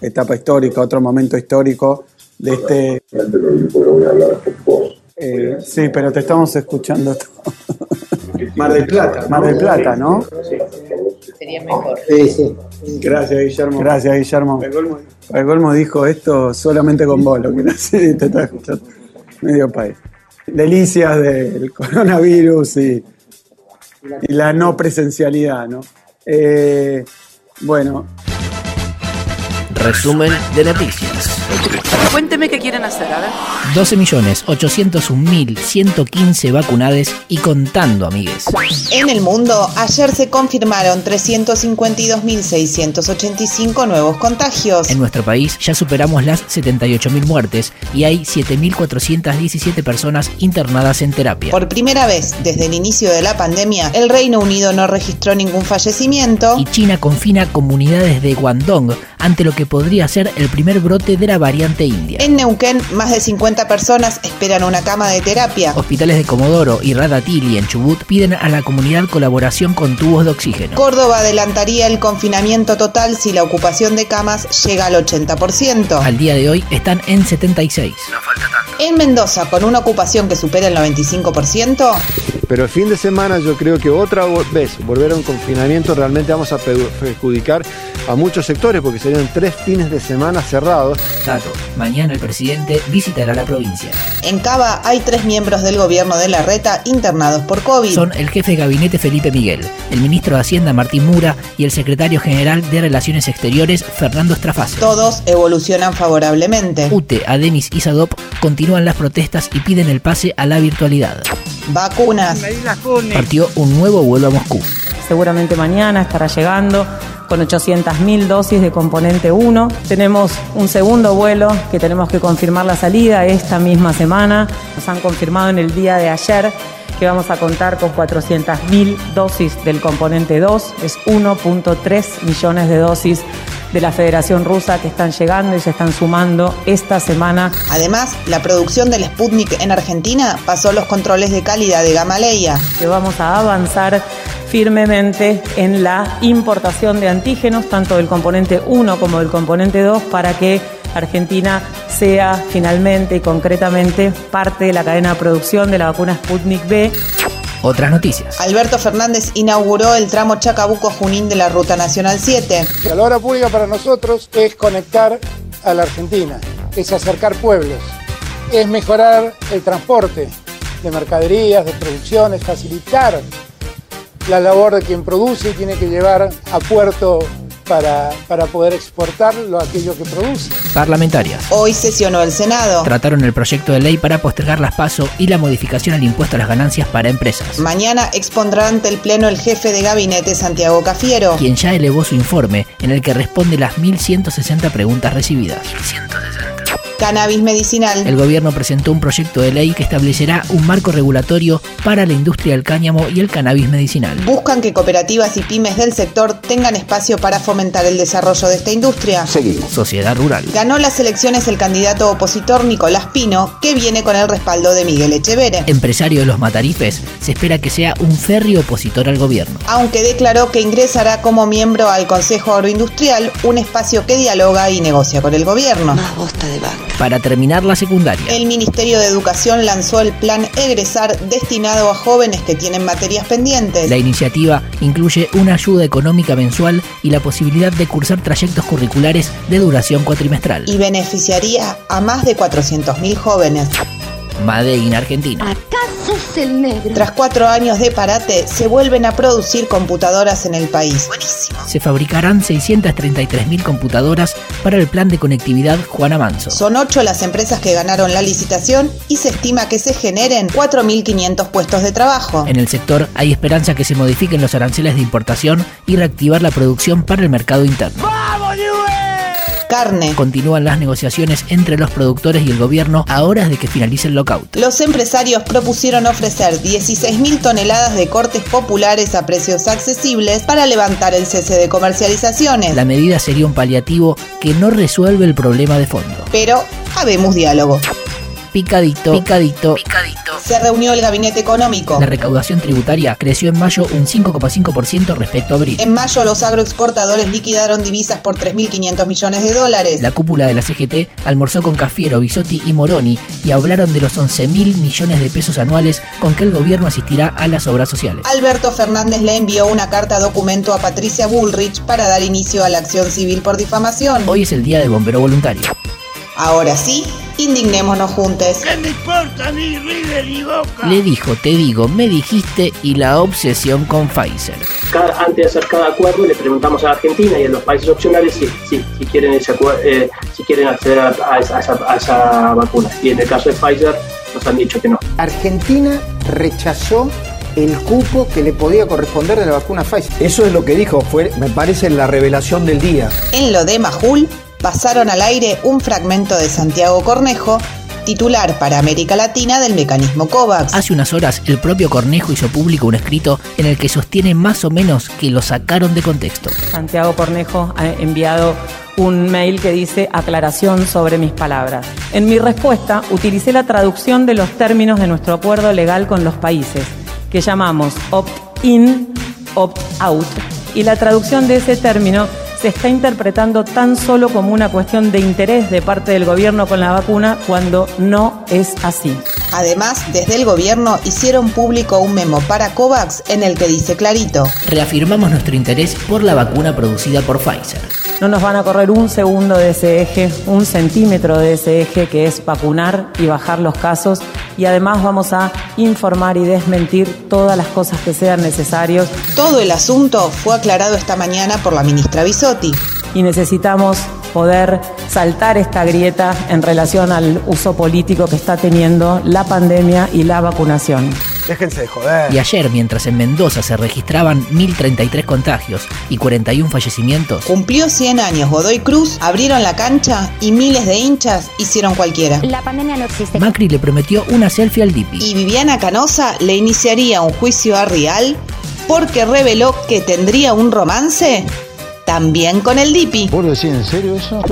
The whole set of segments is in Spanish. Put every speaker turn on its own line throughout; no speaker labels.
etapa histórica, otro momento histórico de este... Eh, sí, pero te estamos escuchando.
Mar del Plata.
Mar del Plata, ¿no?
Sería mejor.
Sí, sí.
Gracias, Guillermo. Gracias, Guillermo. Al Golmo dijo esto solamente con vos, lo que no sé, te está escuchando. Medio país. Delicias del coronavirus y, y la no presencialidad, ¿no? Eh, bueno,
Resumen de noticias.
Cuénteme qué quieren hacer, a ver.
12.801.115 vacunades y contando, amigues.
En el mundo, ayer se confirmaron 352.685 nuevos contagios.
En nuestro país ya superamos las 78.000 muertes y hay 7.417 personas internadas en terapia.
Por primera vez desde el inicio de la pandemia, el Reino Unido no registró ningún fallecimiento.
Y China confina comunidades de Guangdong ante lo que podría ser el primer brote de la variante india.
En Neuquén, más de 50 personas esperan una cama de terapia.
Hospitales de Comodoro y Radatili en Chubut piden a la comunidad colaboración con tubos de oxígeno.
Córdoba adelantaría el confinamiento total si la ocupación de camas llega al 80%.
Al día de hoy están en 76.
En Mendoza, con una ocupación que supera el 95%,
Pero el fin de semana yo creo que otra vo- vez volver a un confinamiento realmente vamos a pe- perjudicar a muchos sectores porque serían tres fines de semana cerrados.
Dato, mañana el presidente visitará la provincia.
en Cava hay tres miembros del gobierno de la reta internados por COVID.
Son el jefe de gabinete Felipe Miguel, el ministro de Hacienda Martín Mura y el secretario general de Relaciones Exteriores Fernando Estrafaz.
Todos evolucionan favorablemente.
UTE, Ademis y Sadop continúan las protestas y piden el pase a la virtualidad.
Vacunas.
Partió un nuevo vuelo a Moscú.
Seguramente mañana estará llegando con 800.000 dosis de componente 1. Tenemos un segundo vuelo que tenemos que confirmar la salida esta misma semana. Nos han confirmado en el día de ayer que vamos a contar con 400.000 dosis del componente 2. Es 1.3 millones de dosis de la Federación Rusa que están llegando y se están sumando esta semana
Además, la producción del Sputnik en Argentina pasó los controles de calidad de Gamaleya.
que vamos a avanzar firmemente en la importación de antígenos, tanto del componente 1 como del componente 2, para que Argentina sea finalmente y concretamente parte de la cadena de producción de la vacuna Sputnik B.
Otras noticias.
Alberto Fernández inauguró el tramo Chacabuco-Junín de la Ruta Nacional 7.
La obra pública para nosotros es conectar a la Argentina, es acercar pueblos, es mejorar el transporte de mercaderías, de producciones, facilitar la labor de quien produce y tiene que llevar a puerto para, para poder exportar lo- aquello que produce.
Parlamentarias.
Hoy sesionó el Senado.
Trataron el proyecto de ley para postergar las PASO y la modificación al impuesto a las ganancias para empresas,
Mañana expondrá ante el Pleno el jefe de gabinete Santiago Cafiero.
quien ya elevó su informe en el que responde las 1.160 preguntas recibidas.
Cannabis medicinal.
El gobierno presentó un proyecto de ley que establecerá un marco regulatorio para la industria del cáñamo y el cannabis medicinal.
Buscan que cooperativas y pymes del sector tengan espacio para fomentar el desarrollo de esta industria.
Sociedad rural.
Ganó las elecciones el candidato opositor Nicolás Pino, que viene con el respaldo de Miguel Echevere.
Empresario de los matarifes, se espera que sea un férreo opositor al gobierno.
aunque declaró que ingresará como miembro al Consejo Agroindustrial, un espacio que dialoga y negocia con el gobierno.
Para terminar la secundaria.
El Ministerio de Educación lanzó el plan Egresar destinado a jóvenes que tienen materias pendientes.
La iniciativa incluye una ayuda económica mensual y la posibilidad de cursar trayectos curriculares de duración cuatrimestral.
y beneficiaría a más de 400.000 jóvenes.
Made in Argentina.
¿Acaso es el negro?
Tras cuatro años de parate, se vuelven a producir computadoras en el país. Buenísimo.
Se fabricarán 633.000 computadoras para el plan de conectividad Juana Manso.
Son ocho las empresas que ganaron la licitación y se estima que se generen 4.500 puestos de trabajo.
En el sector hay esperanza que se modifiquen los aranceles de importación y reactivar la producción para el mercado interno.
Carne,
Continúan las negociaciones entre los productores y el gobierno a horas de que finalice el lockout.
Los empresarios propusieron ofrecer 16.000 toneladas de cortes populares a precios accesibles para levantar el cese de comercializaciones.
La medida sería un paliativo que no resuelve el problema de fondo.
Pero habemos diálogo.
Picadito, picadito, picadito.
Se reunió el gabinete económico.
La recaudación tributaria creció en mayo un 5,5% respecto a abril.
En mayo los agroexportadores liquidaron divisas por 3.500 millones de dólares.
La cúpula de la CGT almorzó con Cafiero, Bisotti y Moroni y hablaron de los 11.000 millones de pesos anuales con que el gobierno asistirá a las obras sociales.
Alberto Fernández le envió una carta documento a Patricia Bullrich para dar inicio a la acción civil por difamación.
Hoy es el día del bombero voluntario.
Ahora sí, indignémonos juntos.
¿Qué me importa a mí, River y Boca?
Le dijo, te digo, me dijiste y la obsesión con Pfizer.
Cada- antes de hacer cada acuerdo le preguntamos a Argentina y a los países opcionales si, si, si quieren, ese acuer- eh, si quieren acceder a, a esa, a esa- a esa vacuna. Y en el caso de Pfizer nos han dicho que no.
Argentina rechazó el cupo que le podía corresponder de la vacuna Pfizer.
Eso es lo que dijo, fue, me parece la revelación del día.
En lo de Majul, pasaron al aire un fragmento de Santiago Cornejo, titular para América Latina del mecanismo COVAX.
Hace unas horas el propio Cornejo hizo público un escrito en el que sostiene más o menos que lo sacaron de contexto.
Santiago Cornejo ha enviado un mail que dice aclaración sobre mis palabras. En mi respuesta utilicé la traducción de los términos de nuestro acuerdo legal con los países, que llamamos opt-in, opt-out, y la traducción de ese término se está interpretando tan solo como una cuestión de interés de parte del gobierno con la vacuna cuando no es así.
Además, desde el gobierno hicieron público un memo para COVAX en el que dice clarito.
Reafirmamos nuestro interés por la vacuna producida por Pfizer.
No nos van a correr un segundo de ese eje, un centímetro de ese eje que es vacunar y bajar los casos y además vamos a informar y desmentir todas las cosas que sean necesarias
Todo el asunto fue aclarado esta mañana por la ministra Bisotti.
y necesitamos poder saltar esta grieta en relación al uso político que está teniendo la pandemia y la vacunación.
Déjense de joder.
Y ayer, mientras en Mendoza se registraban 1.033 contagios y 41 fallecimientos,
Cumplió 100 años Godoy Cruz, abrieron la cancha y miles de hinchas hicieron cualquiera.
La pandemia no existe.
Macri le prometió una selfie al Dipi.
Y Viviana Canosa le iniciaría un juicio a Rial porque reveló que tendría un romance también con el Dipi.
¿Vos decís en serio eso?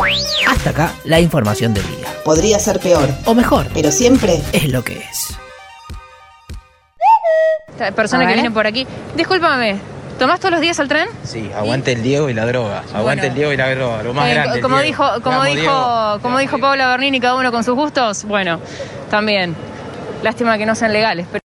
Hasta acá la información del día.
Podría ser peor.
O mejor.
Pero siempre
es lo que es.
Esta persona
A
que
ver.
viene por aquí. Discúlpame, ¿tomás todos los días el tren?
Sí, aguante el Diego y la droga. Aguante el Diego y la droga, lo más
Eh,
grande. el
como
Diego.
dijo, como
Te amo, Diego.
dijo, como dijo Paula Bernini, cada uno con sus gustos. Bueno, también. Lástima que no sean legales, pero.